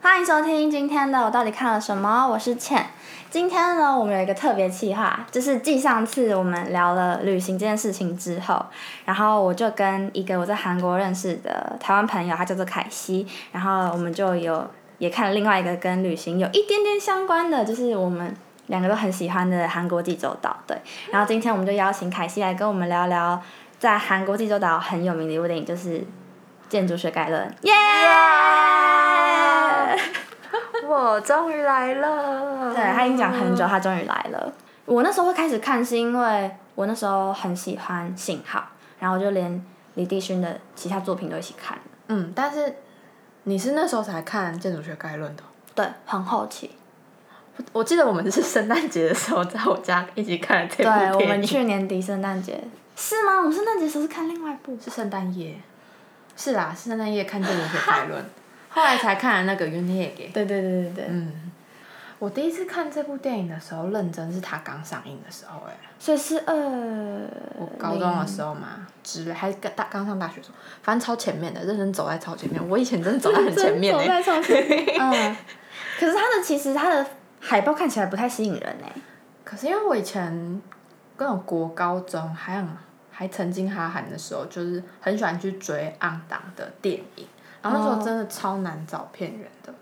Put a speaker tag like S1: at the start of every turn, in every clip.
S1: 欢迎收听今天的我到底看了什么？我是倩。今天呢，我们有一个特别企划，就是继上次我们聊了旅行这件事情之后，然后我就跟一个我在韩国认识的台湾朋友，他叫做凯西，然后我们就有也看了另外一个跟旅行有一点点相关的，就是我们两个都很喜欢的韩国济州岛。对，然后今天我们就邀请凯西来跟我们聊聊在韩国济州岛很有名的一部电影，就是《建筑学概论》。耶！
S2: 我终于来了。
S1: 对他已经讲很
S2: 哦
S1: 久，他终于来了。我那时候会开始看，是因为我那时候很喜欢信号，然后就连李帝勋的其他作品都一起看了。
S2: 嗯，但是你是那时候才看《建筑学概论》的哦。
S1: 对，很后期。
S2: 我我记得我们是圣诞节的时候在我家一起看的这
S1: 对，
S2: 部
S1: 我
S2: 电影。
S1: 们去年底圣诞节是吗？我们圣诞节时候是看另外一部，
S2: 是圣诞夜，是啦，是圣诞夜看《建筑学概论》， 后来才看了那个《云夜给》。
S1: 对对对对对。
S2: 嗯，我第一次看这部电影的时候，认真是它刚上映的时候、哎，
S1: 所以是二
S2: 我高中的时候嘛，之类，还是大刚上大学的时候，反正超前面的，认真走在超前面。我以前真的走在 很前面、
S1: 走
S2: 哎。
S1: 在 超前面嗯，可是他的其实他的海报看起来不太吸引人哎、
S2: 可是因为我以前跟我国高中还很还曾经哈韩的时候，就是很喜欢去追暗档的电影，然后那时候真的超难找片源的。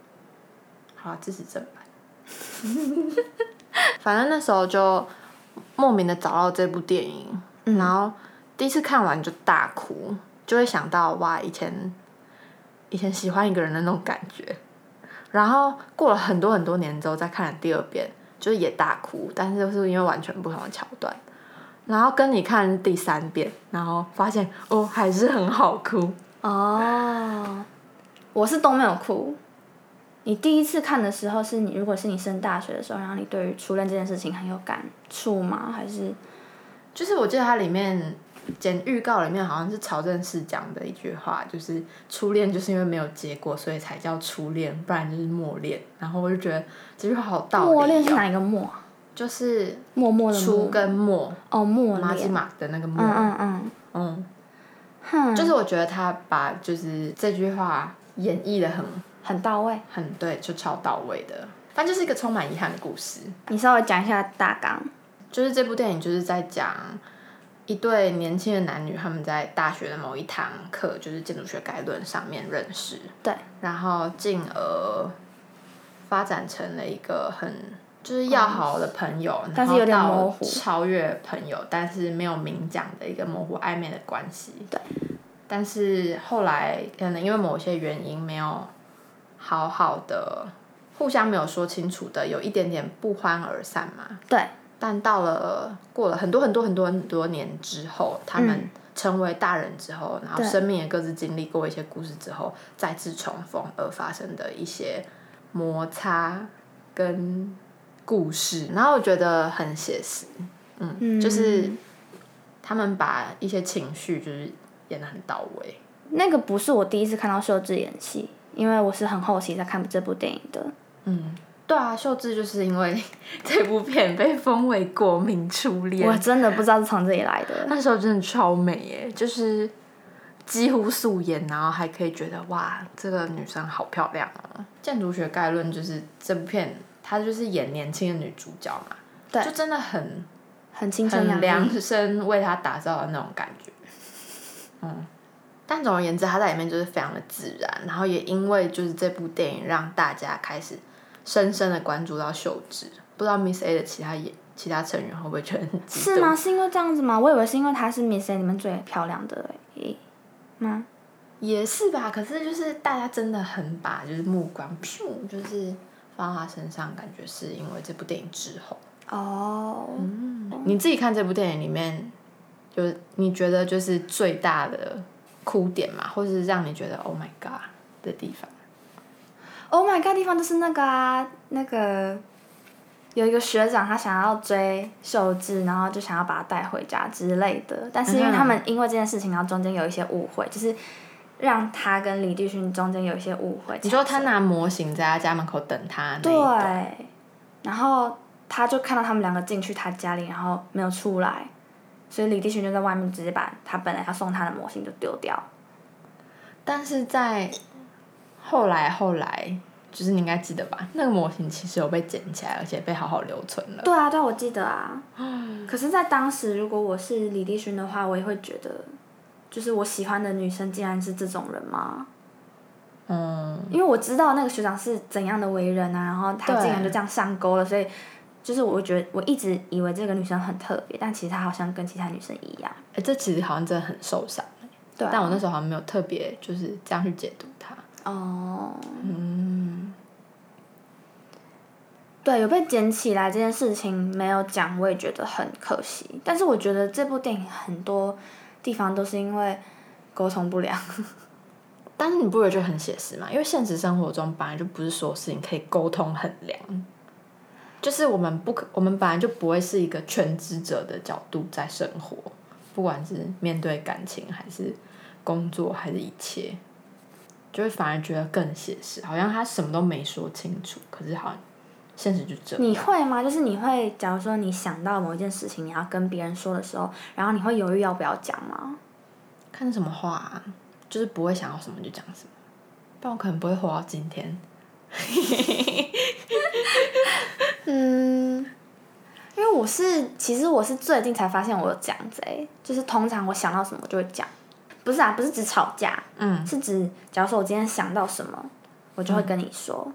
S2: 好、啊，这是正版。 反正那时候就莫名的找到这部电影，然后第一次看完就大哭，就会想到哇，以前以前喜欢一个人的那种感觉。然后过了很多很多年之后再看了第二遍，就是也大哭，但是就是因为完全不同的桥段。然后跟你看第三遍，然后发现哦还是很好哭。
S1: 哦，我是都没有哭。你第一次看的时候，是你如果是你升大学的时候，然后你对于初恋这件事情很有感触吗？还是
S2: 就是我记得它里面剪预告里面好像是曹正奭讲的一句话，就是初恋就是因为没有结果，所以才叫初恋，不然就是末恋。然后我就觉得这句话好道理、哦。
S1: 默恋是哪一个默啊？
S2: 就是
S1: 默默的
S2: 初
S1: 默
S2: 跟末，
S1: 哦，默
S2: 马
S1: 恋。
S2: 吉马的那个末。
S1: 嗯嗯嗯，
S2: 嗯，
S1: 哼，
S2: 就是我觉得他把就是这句话演绎的很
S1: 很到位。
S2: 很对，就超到位的。反正就是一个充满遗憾的故事。
S1: 你稍微讲一下大纲。
S2: 就是这部电影就是在讲一对年轻的男女，他们在大学的某一堂课，就是建筑学概论上面认识，
S1: 对，
S2: 然后进而发展成了一个很就是要好的朋友，
S1: 嗯但是有点
S2: 然后到
S1: 模糊
S2: 超越朋友，但是没有明讲的一个模糊暧昧的关系。
S1: 对，
S2: 但是后来可能因为某些原因没有好好的。互相没有说清楚的，有一点点不欢而散嘛。
S1: 对，
S2: 但到了过了很多很多很多很多年之后，他们成为大人之后，然后
S1: 对
S2: 生命也各自经历过一些故事之后，再次重逢而发生的一些摩擦跟故事，然后我觉得很写实，嗯，
S1: 嗯
S2: 就是他们把一些情绪就是演的很到位，
S1: 那个不是我第一次看到秀智演戏，因为我是很后期才看这部电影的。
S2: 嗯。对啊，秀智就是因为 这部片被封为国民初恋，
S1: 我真的不知道是从这里来的。
S2: 那时候真的超美耶，就是几乎素颜，然后还可以觉得哇，这个女生好漂亮哦。建筑学概论就是这部片，她就是演年轻的女主角嘛，
S1: 对
S2: 就真的很
S1: 很青春
S2: 很
S1: 洋溢。
S2: 量身为她打造的那种感觉，嗯。但总而言之，她在里面就是非常的自然，然后也因为就是这部电影让大家开始深深的关注到秀智，不知道 Miss A 的其他演其他成员会不会觉得很激动？
S1: 是吗？是因为这样子吗？我以为是因为她是 Miss A 里面最漂亮的欸一吗？
S2: 也是吧，可是就是大家真的很把就是目光，噗，就是放到他身上，感觉是因为这部电影之后。
S1: 哦、
S2: 嗯你自己看这部电影里面，有你觉得就是最大的哭点嘛，或是让你觉得 Oh my God 的地方？
S1: o h Oh my God！地方就是那个啊，那个有一个学长他想要追秀智，然后就想要把她带回家之类的，但是因为
S2: 嗯哼
S1: 他们因为这件事情，然后中间有一些误会，就是让他跟李帝勋中间有一些误会。
S2: 你说他拿模型在他家门口等他那一段，
S1: 对，然后他就看到他们两个进去他家里，然后没有出来，所以李帝勋就在外面直接把他本来要送他的模型就丢掉。
S2: 但是在后来后来就是你应该记得吧？那个模型其实有被捡起来，而且被好好留存了。
S1: 对啊，对啊，我记得啊。可是，在当时，如果我是李立勋的话，我也会觉得，就是我喜欢的女生竟然是这种人吗？
S2: 嗯，
S1: 因为我知道那个学长是怎样的为人啊，然后他
S2: 对
S1: 竟然就这样上钩了，所以就是我觉得我一直以为这个女生很特别，但其实她好像跟其他女生一样。
S2: 哎、这其实好像真的很受伤、欸
S1: 对啊
S2: 但我那时候好像没有特别就是这样去解读它。
S1: 哦、
S2: 嗯，
S1: 对，有被捡起来这件事情没有讲，我也觉得很可惜。但是我觉得这部电影很多地方都是因为沟通不良。
S2: 但是你不会觉得很写实吗？因为现实生活中本来就不是所有事情可以沟通衡量，就是我们不可，我们本来就不会是一个全知者的角度在生活，不管是面对感情还是工作还是一切，就会反而觉得更写实，好像他什么都没说清楚，可是好像现实就这样。
S1: 你会吗？就是你会，假如说你想到某一件事情，你要跟别人说的时候，然后你会犹豫要不要讲吗？
S2: 看什么话、啊，就是不会想要什么就讲什么，不然我可能不会活到今天。
S1: 嗯，因为我是，其实我是最近才发现我有这样子、欸，就是通常我想到什么就会讲，不是啊，不是指吵架，
S2: 嗯，
S1: 是指假如说我今天想到什么，我就会跟你说，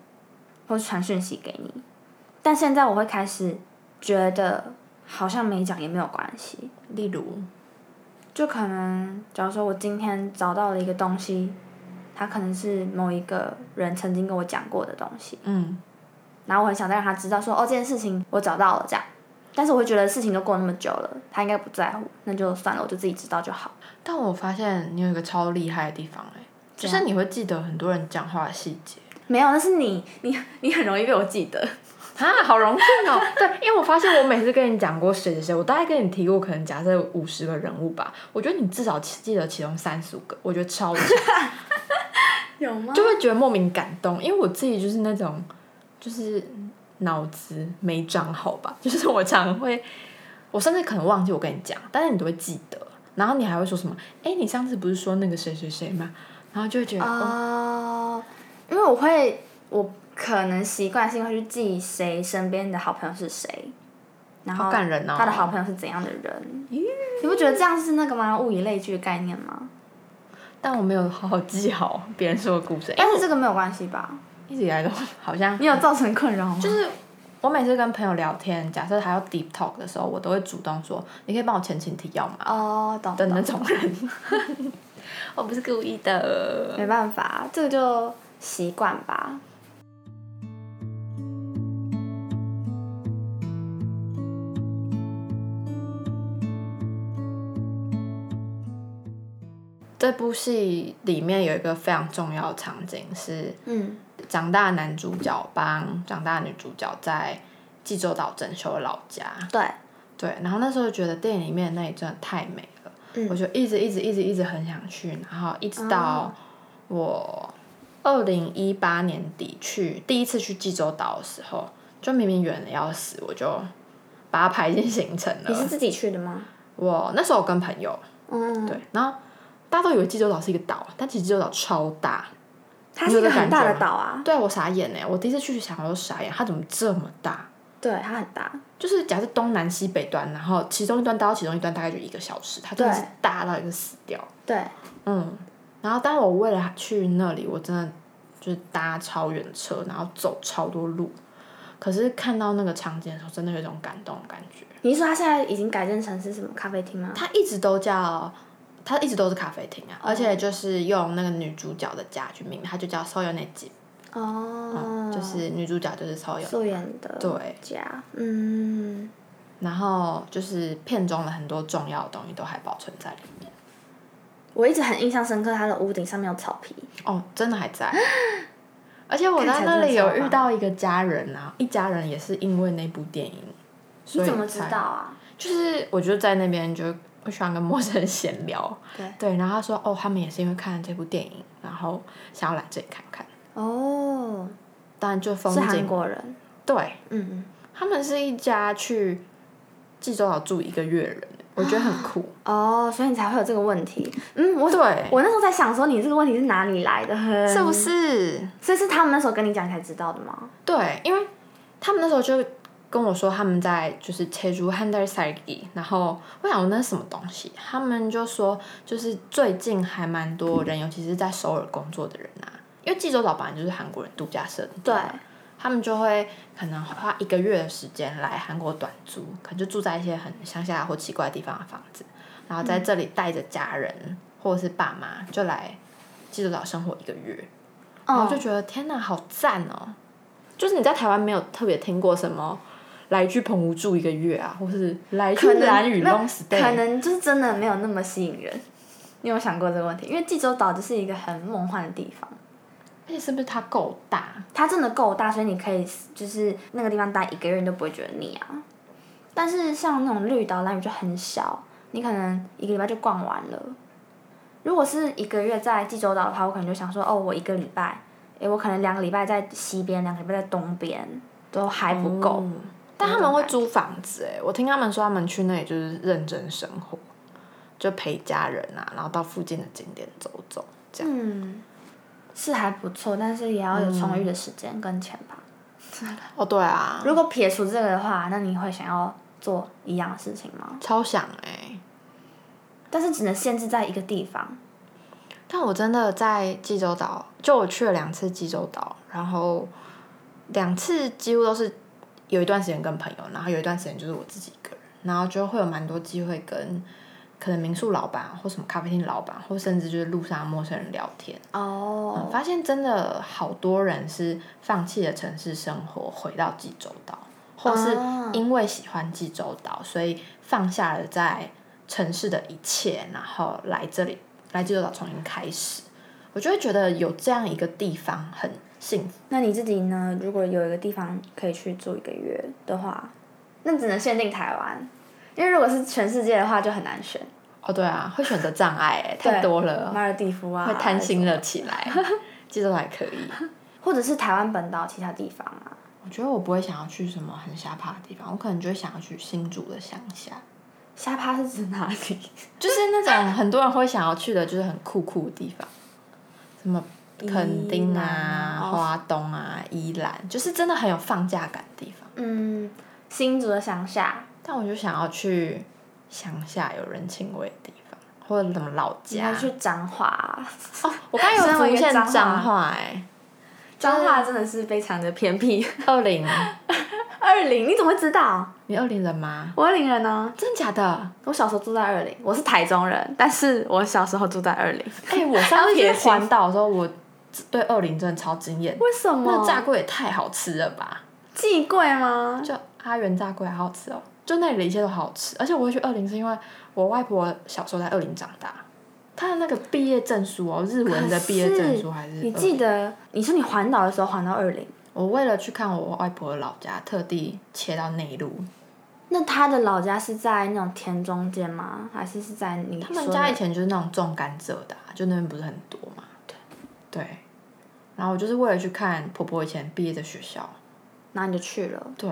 S1: 或是传讯息给你。但现在我会开始觉得好像没讲也没有关系，
S2: 例如，
S1: 就可能，假如说我今天找到了一个东西，它可能是某一个人曾经跟我讲过的东西，
S2: 嗯，
S1: 然后我很想再让他知道说，哦，这件事情我找到了这样，但是我会觉得事情都过了那么久了，他应该不在乎，那就算了，我就自己知道就好。
S2: 但我发现你有一个超厉害的地方、欸，就
S1: 怎
S2: 是你会记得很多人讲话的细节。
S1: 没有，那是你，你你很容易被我记得。
S2: 啊，好荣幸哦！ 对，因为我发现我每次跟你讲过谁谁谁，我大概跟你提过可能假设五十个人物吧，我觉得你至少记得其中三十五个，我觉得超强，
S1: 有吗
S2: 就会觉得莫名感动。因为我自己就是那种，就是脑子没长好吧， 就是我常会，我甚至可能忘记我跟你讲，但是你都会记得，然后你还会说什么？哎，你上次不是说那个谁谁谁吗？然后就会觉得，哦，
S1: 哦，因为我会，我可能习惯性会去记谁身边的好朋友是谁，然后
S2: 好感人哦
S1: 他的好朋友是怎样的人？你不觉得这样是那个吗？物以类聚的概念吗？
S2: 但我没有好好记好别人说的故事，哎，
S1: 但是这个没有关系吧？
S2: 一直以来都好像
S1: 你有造成困扰吗？
S2: 就是我每次跟朋友聊天，假设还要 deep talk 的时候，我都会主动说：“你可以帮我前情提要吗
S1: 哦，？”懂
S2: 的
S1: 懂
S2: 那，种人， 我不是故意的。
S1: 没办法，这个就习惯吧。
S2: 这部戏里面有一个非常重要的场景是，
S1: 嗯，
S2: 长大的男主角帮长大的女主角在济州岛整修老家。
S1: 对，
S2: 对，然后那时候觉得电影里面那里真的太美了，
S1: 嗯
S2: 我就一直一直一直一直很想去，然后一直到
S1: 哦
S2: 我二零一八年底去第一次去济州岛的时候，就明明远的要死，我就把它排进行程
S1: 你是
S2: 了。
S1: 自己去的吗？
S2: 我那时候跟朋友
S1: 嗯，
S2: 对，然后大家都以为济州岛是一个岛，但其实济州岛超大。
S1: 它是一
S2: 你有这
S1: 个
S2: 感
S1: 很大
S2: 觉
S1: 的
S2: 吗
S1: 岛啊，
S2: 对我傻眼呢、欸我第一次去想我都傻眼，它怎么这么大？
S1: 对，它很大。
S2: 就是假设东南西北端，然后其中一端到其中一端大概就一个小时，它真的是
S1: 对
S2: 大到一个死掉。
S1: 对，
S2: 嗯，然后但我为了去那里，我真的就是搭超远车，然后走超多路。可是看到那个场景的时候，真的有一种感动的感觉。
S1: 你是说它现在已经改建成是什么咖啡厅吗？
S2: 它一直都叫，它一直都是咖啡厅啊，而且就是用那个女主角的家去命名，它就叫 Soyonegi，、
S1: 哦，
S2: 就是女主角就是 Soyon。
S1: 素颜的
S2: 对
S1: 家，嗯，
S2: 然后就是片中的很多重要的东西都还保存在里面。
S1: 我一直很印象深刻，它的屋顶上面有草皮，
S2: 哦，真的还 在。而且我
S1: 看
S2: 在
S1: 起来
S2: 那
S1: 真的
S2: 里
S1: 超
S2: 有遇
S1: 棒
S2: 到一个家人啊，一家人也是因为那部电影，所
S1: 你
S2: 以
S1: 怎么知
S2: 才
S1: 道？啊？
S2: 就是我就在那边就我喜欢跟陌生人闲聊，
S1: 对，
S2: 对，然后他说哦，他们也是因为看了这部电影，然后想要来这里看看，
S1: 哦，
S2: 但就风
S1: 是韩
S2: 景
S1: 国人，
S2: 对，
S1: 嗯，
S2: 他们是一家去济州岛住一个月的人，我觉得很 酷。
S1: 哦，所以你才会有这个问题。嗯，我
S2: 对
S1: 我那时候在想说，你这个问题是哪里来的？很
S2: 是不？是？
S1: 所以是他们那时候跟你讲你才知道的吗？
S2: 对，因为他们那时候就跟我说他们在就是切入 h a n d e r s a g i 然后我想那是什么东西？他们就说就是最近还蛮多人，尤其是在首尔工作的人啊，因为济州岛本来就是韩国人度假胜地，
S1: 对，
S2: 他们就会可能花一个月的时间来韩国短租，可能就住在一些很乡下或奇怪的地方的房子，然后在这里带着家人、或者是爸妈就来济州岛生活一个月。然后
S1: 哦
S2: 就，觉得天哪，好赞哦！就是你在台湾没有特别听过什么来去澎湖住一个月啊，或是来去
S1: 可
S2: 蓝
S1: 能
S2: 屿
S1: 没有
S2: long
S1: 可
S2: stay，
S1: 能就是真的没有那么吸引人。你有想过这个问题？因为济州岛就是一个很梦幻的地方，
S2: 而且是不是它够大？
S1: 它真的够大，所以你可以就是那个地方待一个月你都不会觉得腻啊。但是像那种绿岛、蓝屿就很小，你可能一个礼拜就逛完了。如果是一个月在济州岛的话，我可能就想说，哦，我一个礼拜，诶，我可能两个礼拜在西边，两个礼拜在东边，都还不够。
S2: 哦但他们会租房子哎、我听他们说他们去那里就是认真生活，就陪家人啊，然后到附近的景点走走。这样
S1: 嗯，是还不错，但是也要有充裕的时间跟钱吧。
S2: 哦，对啊，
S1: 如果撇除这个的话，那你会想要做一样的事情吗？
S2: 超想哎、
S1: 但是只能限制在一个地方。
S2: 但我真的在济州岛，就我去了两次济州岛，然后两次几乎都是有一段时间跟朋友，然后有一段时间就是我自己一个人，然后就会有蛮多机会跟可能民宿老板或什么咖啡厅老板，或甚至就是路上的陌生人聊天。
S1: 哦
S2: 嗯发现真的好多人是放弃了城市生活，回到济州岛，或是
S1: 啊
S2: 因为喜欢济州岛，所以放下了在城市的一切，然后来这里来济州岛重新开始。我就会觉得有这样一个地方很幸福，
S1: 那你自己呢？如果有一个地方可以去住一个月的话，那只能限定台湾，因为如果是全世界的话就很难选。
S2: 哦，对啊，会选择障碍、欸，太
S1: 对
S2: 多了，
S1: 马尔蒂夫啊，
S2: 会贪心了起来。 济州岛还可以，
S1: 或者是台湾本岛其他地方啊。
S2: 我觉得我不会想要去什么很下趴的地方，我可能就会想要去新竹的乡下。
S1: 虾趴是指哪里？
S2: 就是那种很多人会想要去的，就是很酷酷的地 方，什么垦
S1: 宜
S2: 丁啊、
S1: 兰哦
S2: 花东啊、宜兰，就是真的很有放假感的地方。
S1: 嗯，新竹的乡下，
S2: 但我就想要去乡下有人情味的地方，或者什么老
S1: 你
S2: 家
S1: 要。去彰化啊，
S2: 哦，我刚刚有浮现
S1: 身为一个
S2: 彰
S1: 彰
S2: 化哎、
S1: 彰化真的是非常的偏僻。
S2: 二零，
S1: 二零，你怎么会知道？
S2: 你二零人吗？
S1: 我二零人呢、
S2: 真假 的？
S1: 我小时候住在二零，我是台中人， 但是我小时候住在二零。
S2: 哎、我
S1: 还
S2: 上
S1: 会
S2: 次去
S1: 撇清
S2: 环岛的时候，我对二零真的超惊艳。
S1: 为什么？
S2: 那炸龟也太好吃了吧！
S1: 寄贵吗？
S2: 就阿元炸龟好好吃哦，就那里的一切都好好吃。而且我会去二林是因为我外婆小时候在二林长大，她的那个毕业证书哦，日文的毕业证书还是
S1: 啊你
S2: 20
S1: 记得你说你环岛的时候环到二零，
S2: 我为了去看我外婆的老家，特地切到内陆。
S1: 那他的老家是在那种田中间吗？还是是在你
S2: 他们
S1: 说
S2: 家
S1: 的
S2: 以前就是那种种甘蔗的啊、就那边不是很多嘛。对，对。然后我就是为了去看婆婆以前毕业的学校。
S1: 然后你就去了。
S2: 对。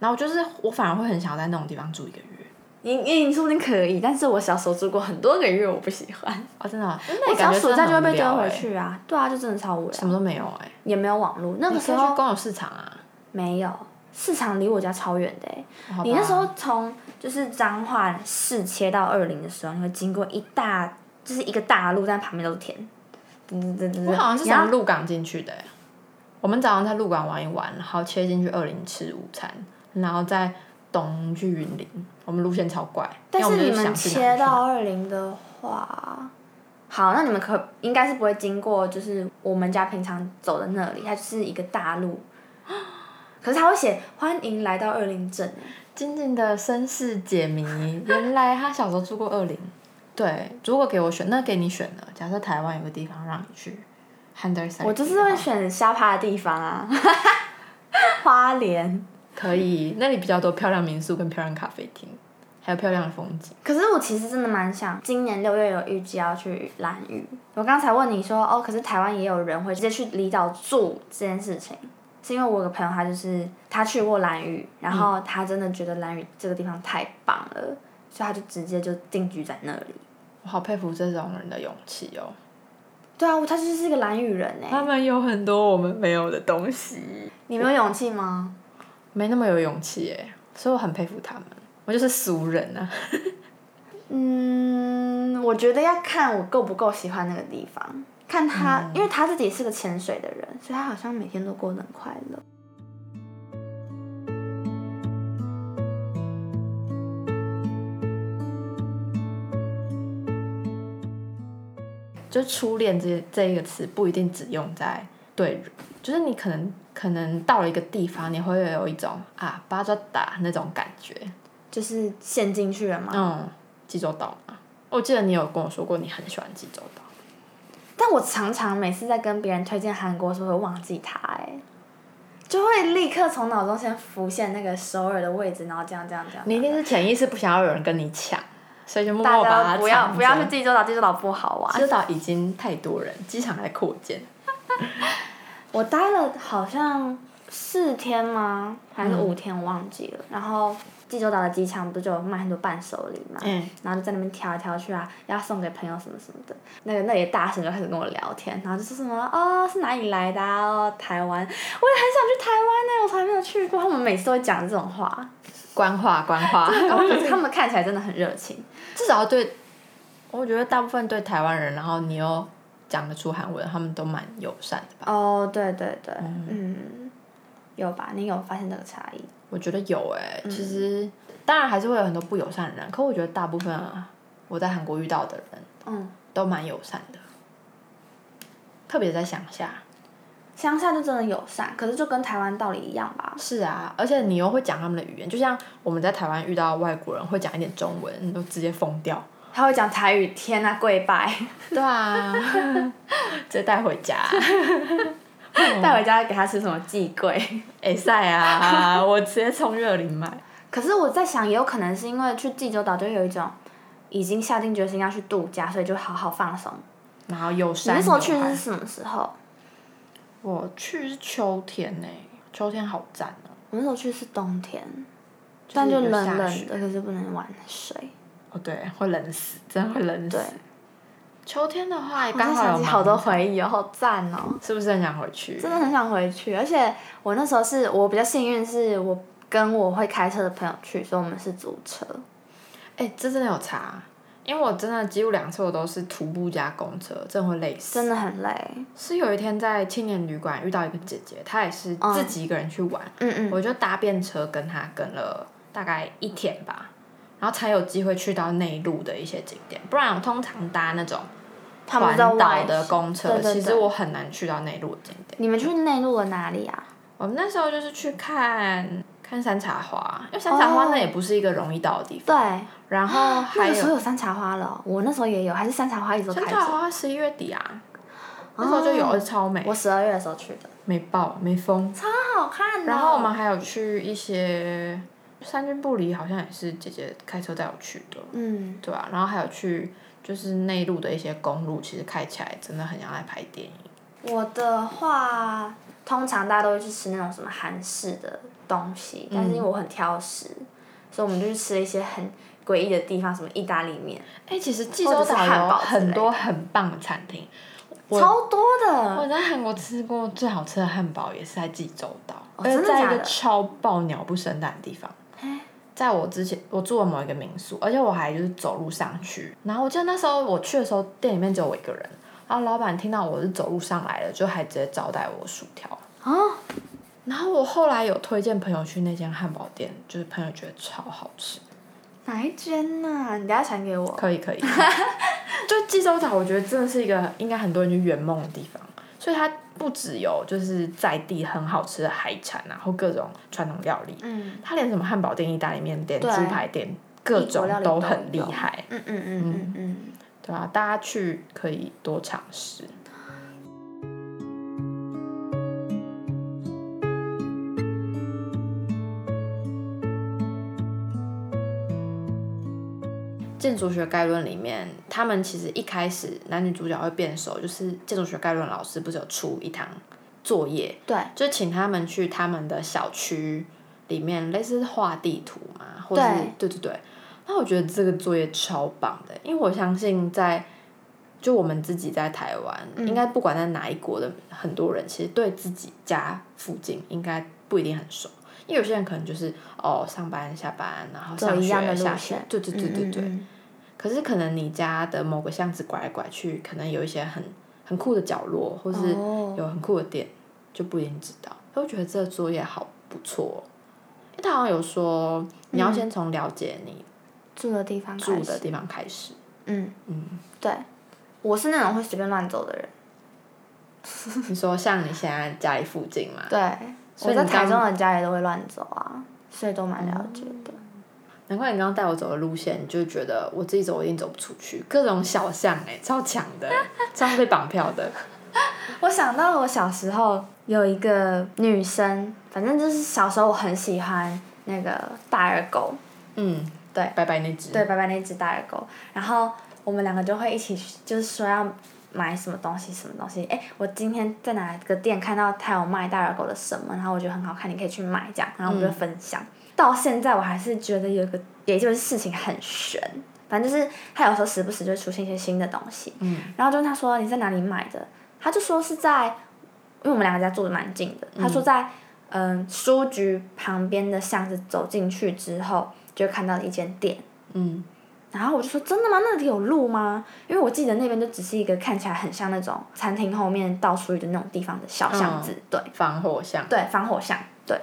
S2: 然后就是我反而会很想要在那种地方住一个月。
S1: 你你你说不定可以，但是我小时候住过很多个月，我不喜欢。
S2: 哦，真的哦、
S1: 我
S2: 那
S1: 只
S2: 感
S1: 要
S2: 觉
S1: 暑假就会被丢回
S2: 真的很无聊欸，
S1: 去啊！对啊，就真的超无聊
S2: 什，么都没有哎、
S1: 也没有网络。那个
S2: 那个
S1: 时
S2: 时候
S1: 候
S2: 公有市场啊，
S1: 没有市场离我家超远的、欸，
S2: 哦好吧
S1: 你那时候从就是彰化市切到二林的时候，你会经过一大就是一个大路，但旁边都是田。
S2: 我
S1: 我
S2: 好像是从鹿港进去的欸。我们早上在鹿港玩一玩，然后切进去二林吃午餐，然后再东去云林。我们路线超怪，
S1: 但
S2: 因为
S1: 是
S2: 我
S1: 你
S2: 就
S1: 们
S2: 想去哪
S1: 切
S2: 里去哪
S1: 到二零的话，好，那你们可应该是不会经过，就是我们家平常走的那里，它就是一个大 路。可是它会写欢迎来到二林镇，
S2: 静静的绅士解谜，原来他小时候住过二林。对，如果给我选，那给你选了。假设台湾有个地方让你去 h a n d e r s
S1: 我就是会选瞎趴的地方啊， 花莲。
S2: 可以，那里比较多漂亮民宿跟漂亮咖啡厅，还有漂亮的风景。
S1: 可是我其实真的蛮想，今年六月有预计要去兰屿。我刚才问你说，哦，可是台湾也有人会直接去离岛住这件事情，是因为我有个朋友，他就是他去过兰屿，然后他真的觉得兰屿这个地方太棒了，所以他就直接就定居在那里。
S2: 我好佩服这种人的勇气哦。
S1: 对啊，他就是一个蓝雨人哎、
S2: 他们有很多我们没有的东西，
S1: 你没有勇气吗？
S2: 没那么有勇气耶，所以我很佩服他们。我就是俗人啊，
S1: 嗯，我觉得要看我够不够喜欢那个地方，看他，因为他自己是个潜水的人，所以他好像每天都过得很快乐。
S2: 就初恋这这一个词不一定只用在对，就是你可能可能到了一个地方，你会有一种啊巴抓打那种感觉，
S1: 就是陷进去了嘛。
S2: 嗯，济州岛嘛，我记得你有跟我说过你很喜欢济州岛，
S1: 但我常常每次在跟别人推荐韩国的时候，会忘记它、哎，就会立刻从脑中先浮现那个首尔的位置，然后这样这样这样。
S2: 你一定是潜意识不想要有人跟你抢，所以就默
S1: 大
S2: 默把它
S1: 家不要
S2: 藏
S1: 不要
S2: 着
S1: 去济州岛，济州岛不好啊玩。
S2: 济州岛已经太多人，机场还扩建，
S1: 我待了好像四天吗？还是五天？我忘记了。然后济州岛的机场不是就有卖很多伴手礼嘛？
S2: 嗯
S1: 然后就在那边挑来挑去啊，要送给朋友什么什么的。那个那里的大神就开始跟我聊天，然后就说什么哦是哪里来的啊？哦台湾，我也很想去台湾呢、我从来没有去过。他们每次都会讲这种话，
S2: 官话官话，
S1: 然后可是他们看起来真的很热情。
S2: 至少对，我觉得大部分对台湾人，然后你又讲得出韩文，他们都蛮友善的吧？
S1: 哦，对对对，嗯，有吧？你有发现这个差异？
S2: 我觉得有哎、其实、当然还是会有很多不友善的人，可我觉得大部分、啊、我在韩国遇到的人
S1: 嗯。
S2: 都蛮友善的，特别在乡下。
S1: 乡下就真的友善，可是就跟台湾道理一样吧。
S2: 是啊，而且你又会讲他们的语言，就像我们在台湾遇到外国人会讲一点中文，你都直接疯掉。
S1: 他会讲台语，天啊，跪拜，
S2: 对啊， 直接带回家。
S1: 带回家给他吃什么寄跪。
S2: 哎塞啊，我直接从热林买。
S1: 可是我在想，也有可能是因为去济州岛就有一种已经下定决心要去度假，所以就好好放松。
S2: 然后有
S1: 你
S2: 山
S1: 那时候去
S2: 有海
S1: 是什么时候？
S2: 我去是秋天呢、欸秋天好赞哦、
S1: 我那时候去是冬天，
S2: 就是
S1: 但就
S2: 有
S1: 冷
S2: 下
S1: 冷
S2: 雪
S1: 的，可是不能玩水。
S2: 哦，对，会冷死，真的会冷死
S1: 对。，
S2: 秋天的话，
S1: 我
S2: 刚
S1: 就
S2: 好
S1: 想
S2: 有
S1: 起
S2: 芒
S1: 好多，回忆哦，好赞哦。
S2: 是不是很想回去？
S1: 真的很想回去，而且我那时候是我比较幸运，是我跟我会开车的朋友去，所以我们是租车。
S2: 哎、这真的有差，因为我真的几乎两次我都是徒步加公车，真的会累死。
S1: 真的很累。
S2: 是有一天在青年旅馆遇到一个姐姐，她也是自己一个人去玩，
S1: 嗯嗯，
S2: 我就搭便车跟她跟了大概一天吧，然后才有机会去到内陆的一些景点，不然我通常搭那种
S1: 他们在
S2: 环岛
S1: 外
S2: 的公车，
S1: 对对
S2: 其
S1: 对
S2: 实我很难去到内陆的景点。
S1: 你们去内陆的哪里啊？
S2: 我们那时候就是去看看山茶花，因为山茶花
S1: 哦
S2: 那也不是一个容易到的地方。
S1: 对，
S2: 然后
S1: 那
S2: 还
S1: 个时
S2: 有
S1: 候有山茶花了哦，我啊那时候也有，还是山茶花一直都
S2: 山
S1: 开
S2: 茶
S1: 着。
S2: 花十一月底啊，那时候就有，
S1: 哦
S2: 而且超美，啊
S1: 我十二月的时候去的，
S2: 没爆没风。
S1: 超好哦看
S2: 然后我们还有去一些三军布里，好像也是姐姐开车带我去的，
S1: 嗯，
S2: 对啊，然后还有去就是内陆的一些公路，其实开起来真的很像在拍电影。
S1: 我的话，通常大家都会去吃那种什么韩式的东西，但
S2: 嗯
S1: 是因为我很挑食，所以我们就去吃了一些很诡异的地方，什么意大利面，
S2: 哎、其实济
S1: 或
S2: 州
S1: 者是
S2: 岛
S1: 汉
S2: 有
S1: 堡之类
S2: 很
S1: 的
S2: 多很棒的餐厅，我
S1: 超多的。
S2: 我在韩国吃过最好吃的汉堡也是在济州岛，
S1: 哦
S2: 而且
S1: 真的
S2: 在一
S1: 假
S2: 个
S1: 的
S2: 超爆鸟不生蛋的地方。在我之前，我住了某一个民宿，而且我还就是走路上去。然后我记得那时候我去的时候，店里面只有我一个人。然后老板听到我是走路上来的，就还直接招待我薯条。
S1: 啊，
S2: 然后我后来有推荐朋友去那间汉堡店，就是朋友觉得超好吃。
S1: 哪一间呐、你等一下传给我。
S2: 可 以可以，就济州岛，我觉得真的是一个应该很多人去圆梦的地方。所以它不只有就是在地很好吃的海产啊，然后各种传统料理，
S1: 嗯，
S2: 它连什么汉堡店、意大利面店、猪
S1: 对
S2: 排店，各种
S1: 异国料理
S2: 都
S1: 都
S2: 很厉
S1: 有
S2: 害，
S1: 嗯嗯嗯嗯嗯。
S2: 对啊，大家去可以多尝试。建筑学概论里面，他们其实一开始男女主角会变熟，就是建筑学概论老师不是有出一堂作业，
S1: 对，
S2: 就请他们去他们的小区里面，类似画地图嘛，或是
S1: 对
S2: 对对对。那我觉得这个作业超棒的，因为我相信在就我们自己在台湾，
S1: 嗯
S2: 应该不管在哪一国的很多人，其实对自己家附近应该不一定很熟，因为有些人可能就是哦上班下班，然后
S1: 走
S2: 上
S1: 一样的
S2: 学
S1: 路
S2: 下学
S1: 线，，
S2: 对对对对对。
S1: 嗯嗯嗯
S2: 可是可能你家的某个巷子拐来拐去，可能有一些很很酷的角落，或是
S1: 哦
S2: 有很酷的店，就不一定知道。所以我觉得这个作业好不错哦、因为他好像有说你要先从了解你
S1: 住的地方嗯开
S2: 住
S1: 始
S2: 的地方 开始。
S1: 嗯，
S2: 嗯，
S1: 对，我是那种会随便乱走的人，
S2: 你说像你现在家里附近嘛，
S1: 对，
S2: 所
S1: 我
S2: 以你
S1: 在台
S2: 刚
S1: 中的家里都会乱走啊，所以都蛮了解的。
S2: 难怪你刚刚带我走的路线，你就觉得我自己走我一定走不出去，各种小巷哎、超强的，超被绑 票的。
S1: 我想到我小时候有一个女生，反正就是小时候我很喜欢那个大耳狗，
S2: 嗯，
S1: 对，
S2: 拜拜那只。
S1: 对，白白那只大耳狗，然后我们两个就会一起去，就是说要买什么东西，什么东西。哎，我今天在哪个店看到他有卖大耳狗的什么，然后我觉得很好看，你可以去买这样，然后我们就分
S2: 嗯
S1: 享。到现在我还是觉得有一个，也就是事情很悬，反正就是他有时候时不时就会出现一些新的东西，
S2: 嗯
S1: 然后就问他说你在哪里买的，他就说是在，因为我们两个家住的蛮近的，他说在嗯、书局旁边的巷子走进去之后，就看到了一间店。
S2: 嗯
S1: 然后我就说：“真的吗？那里有路吗？”因为我记得那边就只是一个看起来很像那种餐厅后面倒出去的那种地方的小巷子，对
S2: 防火巷。
S1: 对，防火巷，对。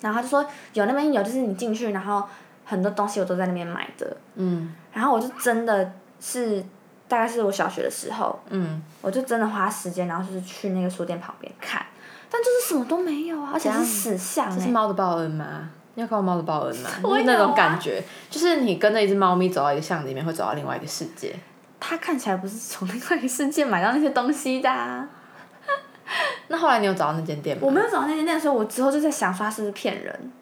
S1: 然后他就说有那边有，就是你进去，然后很多东西我都在那边买的。
S2: 嗯
S1: 然后我就真的是，大概是我小学的时候，
S2: 嗯，
S1: 我就真的花时间，然后就是去那个书店旁边看，但就是什么都没有啊，而且是死巷
S2: 这
S1: 哎、
S2: 是猫的报恩吗？你有看过猫的报恩 吗？
S1: 我
S2: 就是那
S1: 有
S2: 种
S1: 啊
S2: 感觉，就是你跟着一只猫咪走到一个巷子里面，会走到另外一个世界。
S1: 他看起来不是从另外一个世界买到那些东西的、啊。
S2: 那后来你有找到那间店吗？
S1: 我没有找到那间店的时候，我之后就在想说他是不是骗人。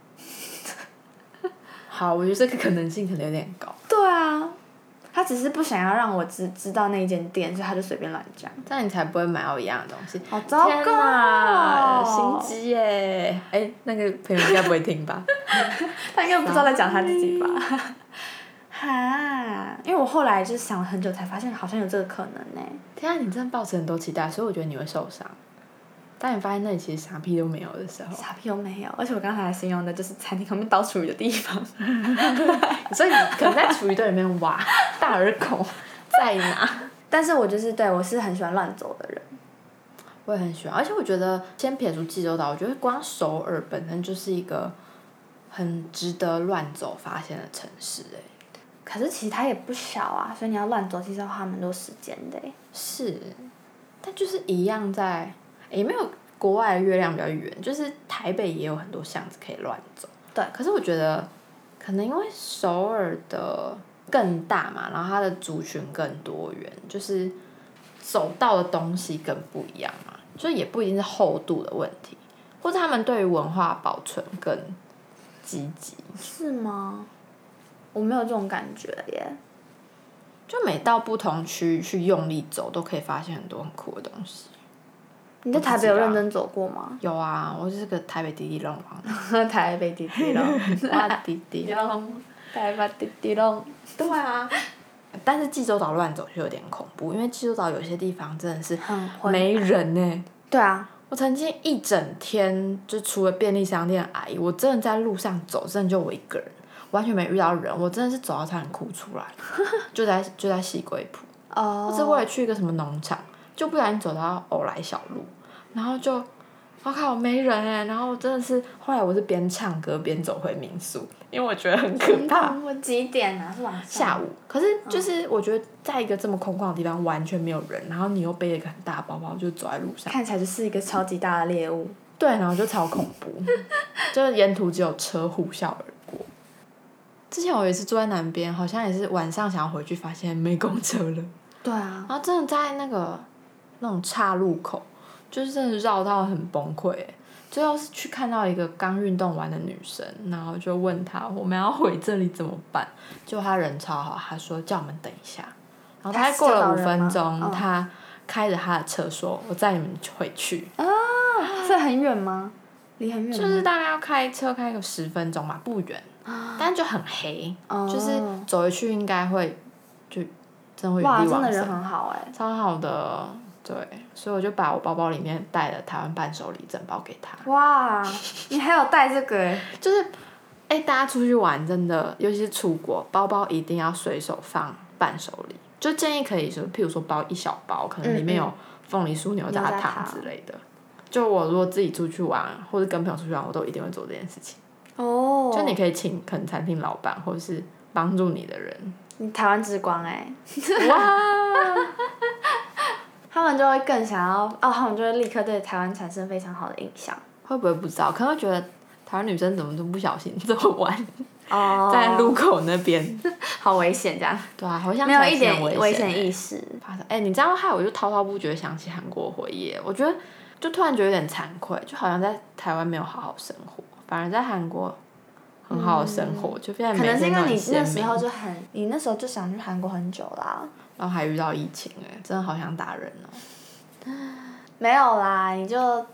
S2: 好，我觉得这个可能性可能有点高，
S1: 对啊，他只是不想要让我知知道那一间店，所以他就随便乱讲。
S2: 这样你才不会买到一样的东西。
S1: 好糟
S2: 天
S1: 糕
S2: 哪
S1: 哦，
S2: 心机耶！哎、那个朋友应该不会听吧？
S1: 他应该不知道在讲他自己吧？ 哈，因为我后来就是想了很久，才发现好像有这个可能呢、
S2: 天啊，你真的抱持很多期待，所以我觉得你会受伤。当你发现那里其实啥屁都没有的 时候，
S1: 傻逼又没有，而且我刚才形容的就是餐厅旁边倒厨余的地方。
S2: 所以你可能在厨余堆里面挖 大耳孔在哪？
S1: 但是我就是对我是很喜欢乱走的人，
S2: 我也很喜欢，而且我觉得先撇除济州岛，我觉得光首尔本身就是一个很值得乱走发现的城市、欸，
S1: 可是其实它也不小啊，所以你要乱走其实要花蛮多时间的、欸。
S2: 是，但就是一样在，也、没有国外的月亮比较圆，就是台北也有很多巷子可以乱走。
S1: 对，
S2: 可是我觉得可能因为首尔的更大嘛，然后它的族群更多元，就是走到的东西更不一样嘛，所以也不一定是厚度的问题，或者他们对于文化保存更积极。
S1: 是吗？我没有这种感觉耶。
S2: 就每到不同区域去用力走，都可以发现很多很酷的东西。
S1: 你在台北有认真走过吗？
S2: 有啊，我就是个台北滴滴龙王。
S1: 台北滴滴龙，
S2: 哇滴滴。
S1: 龙，台北滴滴龙。
S2: 对啊，但是济州岛乱走就有点恐怖，因为济州岛有些地方真的是
S1: 很混
S2: 没人呢、欸
S1: 对啊，
S2: 我曾经一整天就除了便利商店的阿姨，我真的在路上走，真的就我一个人，完全没遇到人，我真的是走到差点哭出来，就在就在西归浦，
S1: 哦、
S2: 我是为了去一个什么农场，就不小心走到偶来小路，然后就。我靠，没人哎、然后真的是，后来我是边唱歌边走回民宿，因为我觉得很可怕。
S1: 我几点啊？是晚上
S2: 下午，可是就是我觉得在一个这么空旷的地方完全没有人，然后你又背了一个很大的包包就走在路上，
S1: 看起来就是一个超级大的猎物。
S2: 对，然后就超恐怖， 就是沿途只有车呼啸而过。之前我有一次住在南边，好像也是晚上想要回去，发现没公车了，
S1: 对啊，
S2: 然后真的在那个那种岔路口，就是真的绕到很崩溃欸。最后是去看到一个刚运动完的女生，然后就问她我们要回这里怎么办？就她人超好，她说叫我们等一下。然后大概过了五分
S1: 她是教导人吗
S2: 钟，
S1: 嗯
S2: 她开着她的车说：“我载你们回去。
S1: 这很远吗？离很远吗？
S2: 就是大概要开车开个十分钟吧，不远。但就很黑，
S1: 哦
S2: 就是走回去应该会就真会原
S1: 哇，
S2: 地
S1: 真的
S2: 往
S1: 人
S2: 生，
S1: 很好哎、
S2: 超好的。对，所以我就把我包包里面带的台湾伴手礼整包给他。
S1: 哇，你还有带这个哎、
S2: 就是，哎、大家出去玩真的，尤其是出国，包包一定要随手放伴手礼，就建议可以说，譬如说包一小包，可能里
S1: 嗯
S2: 面有凤梨酥、牛轧
S1: 牛轧
S2: 糖
S1: 糖
S2: 之类的。就我如果自己出去玩，或者跟朋友出去玩，我都一定会做这件事情。
S1: 哦
S2: 就你可以请可能餐厅老板或者是帮助你的人，
S1: 你台湾之光哎、 他们就会更想要哦，他们就会立刻对台湾产生非常好的印象。
S2: 会不会不知道？可能会觉得台湾女生怎么都不小心 这么玩，
S1: 哦
S2: 在路口那边，
S1: 好危险，这样
S2: 对啊，好像
S1: 哦没有
S2: 才
S1: 一
S2: 是
S1: 点
S2: 很
S1: 危
S2: 险欸
S1: 险意识。
S2: 发生。哎、你这样害我就滔滔不绝想起韩国回忆耶，我觉得就突然觉得有点惭愧，就好像在台湾没有好好生活，反而在韩国很好好生活，就变得
S1: 嗯可
S2: 每
S1: 能是
S2: 天
S1: 因
S2: 都
S1: 为
S2: 很
S1: 你那
S2: 鲜
S1: 时
S2: 明。
S1: 候就很，你那时候就想去韩国很久啦。
S2: 然后还遇到疫情，哎，真的好想打人 哦、
S1: 没有啦，你就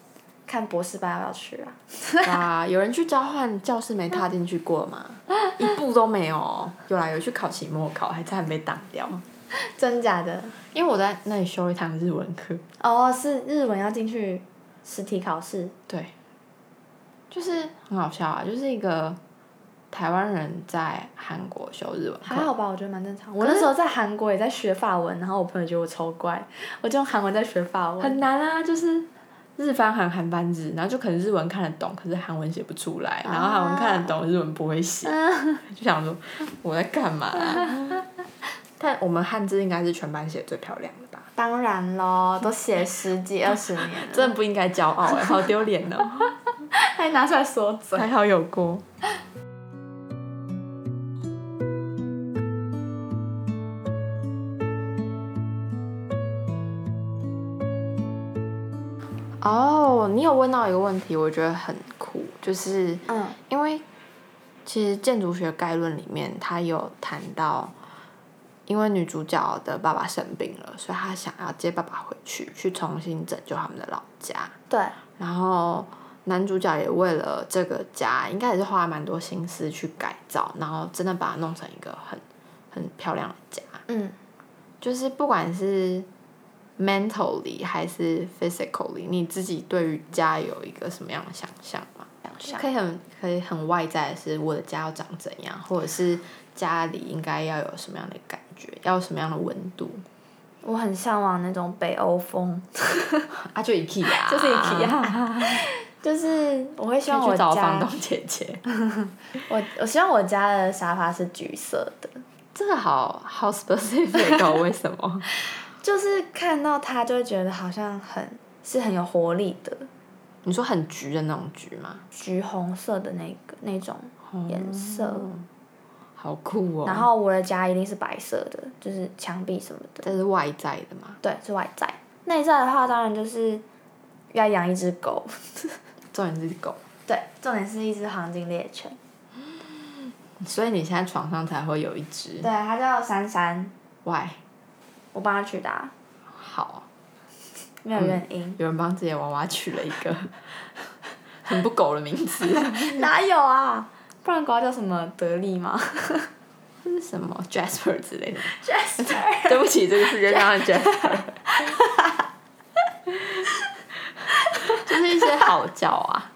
S1: 看博士班要不要去 啊？
S2: 哇，有人去交换教室没踏进去过吗？一步都没有哦。有啦，有去考期末考，还差点被挡掉。
S1: 真假 的？
S2: 因为我在那里修一堂日文课，
S1: 哦，是日文要进去实体考试。
S2: 对，就是很好笑啊，就是一个台湾人在韩国修日文课
S1: 还，好吧，我觉得蛮正常。我那时候在韩国也在学法文，然后我朋友觉得我超怪，我就用韩文在学法文。
S2: 很难啊，就是日翻韩韩翻日，然后就可能日文看得懂，可是韩文写不出来，然后韩文看得懂，日文不会 写，就想说我在干嘛啊、 但我们汉字应该是全班写最漂亮的吧？
S1: 当然咯，都写十几二十
S2: 嗯
S1: 年了，
S2: 真的不应该骄傲哎、好丢脸哦！
S1: 还拿出来说嘴。
S2: 还好有过。哦，你有问到一个问题，我觉得很酷，就是
S1: 嗯，
S2: 因为其实建筑学概论里面，他有谈到，因为女主角的爸爸生病了，所以她想要接爸爸回去，去重新拯救他们的老家。
S1: 对，
S2: 然后男主角也为了这个家，应该也是花了蛮多心思去改造，然后真的把它弄成一个很很漂亮的家。
S1: 嗯，
S2: 就是不管是 mentally 还是 physically，你自己对于家有一个什么样的想象吗？
S1: 想
S2: 可以很可以很外在的是我的家要长怎样，或者是家里应该要有什么样的感觉，要有什么样的温度
S1: 我很向往那种北欧风，
S2: 啊？ 就 IKEA，
S1: 就是 IKEA，就是我会希望
S2: 可以
S1: 我
S2: 啊
S1: 家
S2: 去找房东姐姐，
S1: 我我希望我家的沙发是橘色的，
S2: 这个好好 specific 哦， 为什么？
S1: 就是看到它就会觉得好像很是很有活力的，
S2: 你说很橘的那种橘吗？
S1: 橘红色的那个那种颜色。
S2: 好酷哦！
S1: 然后我的家一定是白色的，就是墙壁什么的，
S2: 这是外在的嘛？
S1: 对，是外在。内在的话，当然就是要养一只狗，
S2: 重点是狗，
S1: 对，重点是一只黄金猎犬，
S2: 所以你现在床上才会有一只
S1: 对，它叫珊珊，
S2: ，why？
S1: 我帮它取的啊，
S2: 好，
S1: 没有原因，
S2: 有人帮自己的娃娃取了一个 很不狗的名字，
S1: 哪有啊？不然狗要叫什么德利吗
S2: 这是什么 Jasper 之类的？
S1: ？Jasper，
S2: 对不起，这个世界 上的 Jasper，就是一些好叫啊。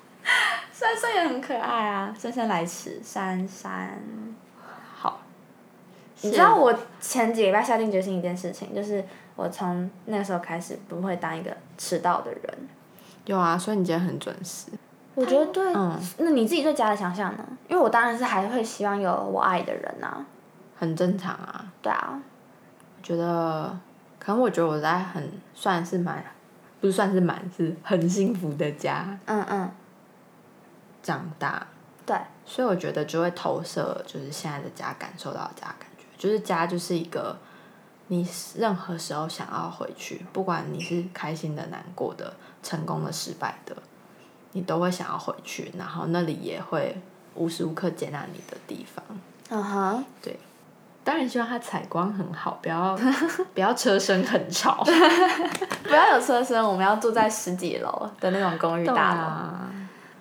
S1: 珊珊也很可爱啊，姗姗来迟，珊珊。
S2: 好，
S1: 你知道我前几个礼拜下定决心一件事情，就是我从那个时候开始不会当一个迟到的人。
S2: 有啊，所以你今天很准时。
S1: 我觉得对，
S2: 嗯
S1: 那你自己对家的想象呢？因为我当然是还会希望有我爱的人啊，
S2: 很正常啊。
S1: 对啊，
S2: 我觉得，可能我觉得我在很算是蛮，不是算是蛮，是很幸福的家
S1: 嗯嗯，
S2: 长大，
S1: 对，
S2: 所以我觉得就会投射，就是现在的家感受到的家的感觉，就是家就是一个你任何时候想要回去，不管你是开心的、难过的、成功的、失败的，你都会想要回去，然后那里也会无时无刻接纳你的地方。
S1: 嗯哼，
S2: 对，当然希望它采光很好，不要 不要车声很吵。
S1: 不要有车声，我们要住在十几楼的那种公寓
S2: 对
S1: 大楼。
S2: 啊，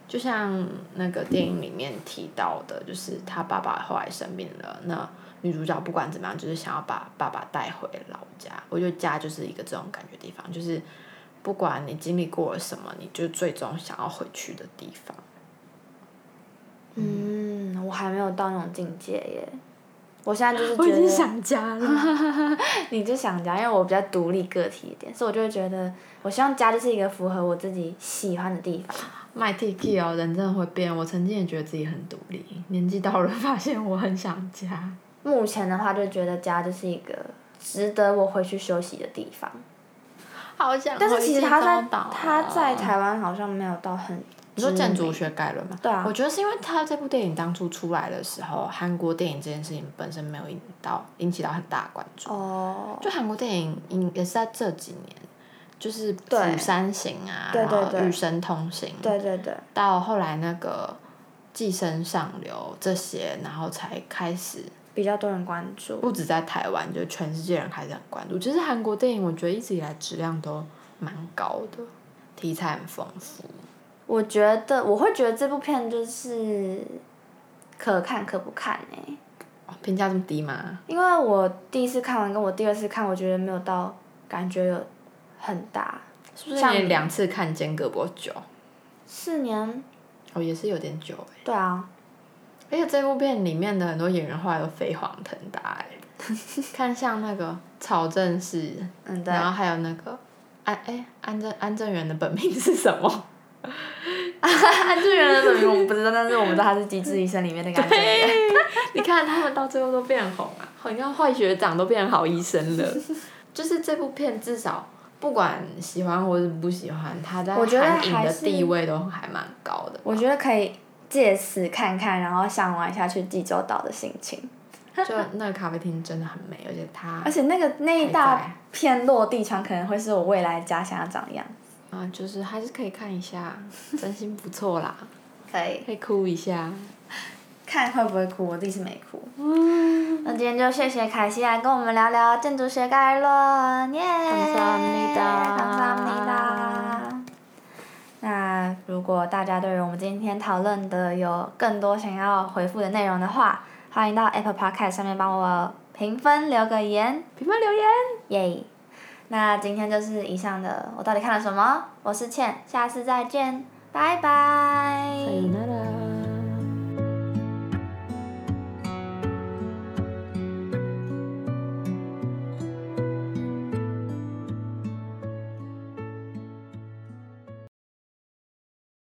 S2: 就像那个电影里面提到的，就是他爸爸后来生病了，那女主角不管怎么样，就是想要把爸爸带回老家。我觉得家就是一个这种感觉的地方，就是不管你经历过了什么，你就最终想要回去的地方。
S1: 嗯，我还没有到那种境界耶。我现在就是
S2: 我已
S1: 觉
S2: 经
S1: 得
S2: 想 家了，
S1: 你就想家，因为我比较独立个体一点，所以我就会觉得，我希望家就是一个符合我自己喜欢的地方。
S2: 卖 T K 哦，人真的会变。我曾经也觉得自己很独立，年纪到了发现我很想家。
S1: 目前的话，就觉得家就是一个值得我回去休息的地方。
S2: 好想
S1: 但是其实
S2: 回
S1: 他
S2: 济
S1: 在
S2: 州岛啊
S1: 他在台湾好像没有到很
S2: 你说建
S1: 知
S2: 筑
S1: 名
S2: 学概论嘛？
S1: 对啊
S2: 我觉得是因为他这部电影当初出来的时候，韩国电影这件事情本身没有引到引起到很大的关注。
S1: 哦，
S2: 就韩国电影应也是在这几年，就是《
S1: 对
S2: 釜山行》啊，
S1: 对对
S2: 然后
S1: 对
S2: 《与神同行》，
S1: 对对对，
S2: 到后来那个《寄生上流》这些，然后才开始
S1: 比较多人关注。
S2: 不止在台湾，就全世界人开始很关注。其实韩国电影我觉得一直以来质量都蛮高的，题材很丰富。
S1: 我觉得我会觉得这部片就是可看可不看哎、
S2: 哦评价这么低吗？
S1: 因为我第一次看完跟我第二次看，我觉得没有到感觉有很大。
S2: 是不是
S1: 像
S2: 你两次看间隔不久？
S1: 四年，
S2: 哦，也是有点久哎。
S1: 对啊，
S2: 而且这部片里面的很多演员后来都飞黄腾达哎， 看像那个曹正奭，
S1: 嗯对，
S2: 然后还有那个安哎安正安正元的本名是什么？
S1: 安志源的本名我们不知道，但是我们知道他是《机智医生》里面那个安志源。
S2: 你看他们到最后都变红啊，好像坏学长都变好医 生了。就是这部片至少不管喜欢或是不喜欢，他在
S1: 我觉得
S2: 韩影
S1: 还
S2: 的
S1: 是
S2: 地位都还蛮高 的。
S1: 我觉得可以借此看看，然后向往一下去济州岛的心情。
S2: 就那个咖啡厅真的很美，而且它
S1: 而且那个那一
S2: 还在
S1: 大片落地窗，可能会是我未来家想要长的样子。
S2: 啊，就是还是可以看一下，真心不错啦，
S1: 可以
S2: 可以哭一下。
S1: 看会不会哭，我自己是没哭。嗯，那今天就谢谢凯西来跟我们聊聊建筑学概论，耶！
S2: 감사합니다
S1: 감사합니다那如果大家对于我们今天讨论的有更多想要回复的内容的话，欢迎到 Apple Podcast 上面帮我评分留个言，
S2: 评论留言，
S1: 耶、那今天就是以上的，我到底看了什么？我是倩，下次再见，拜拜。
S2: 再见啦。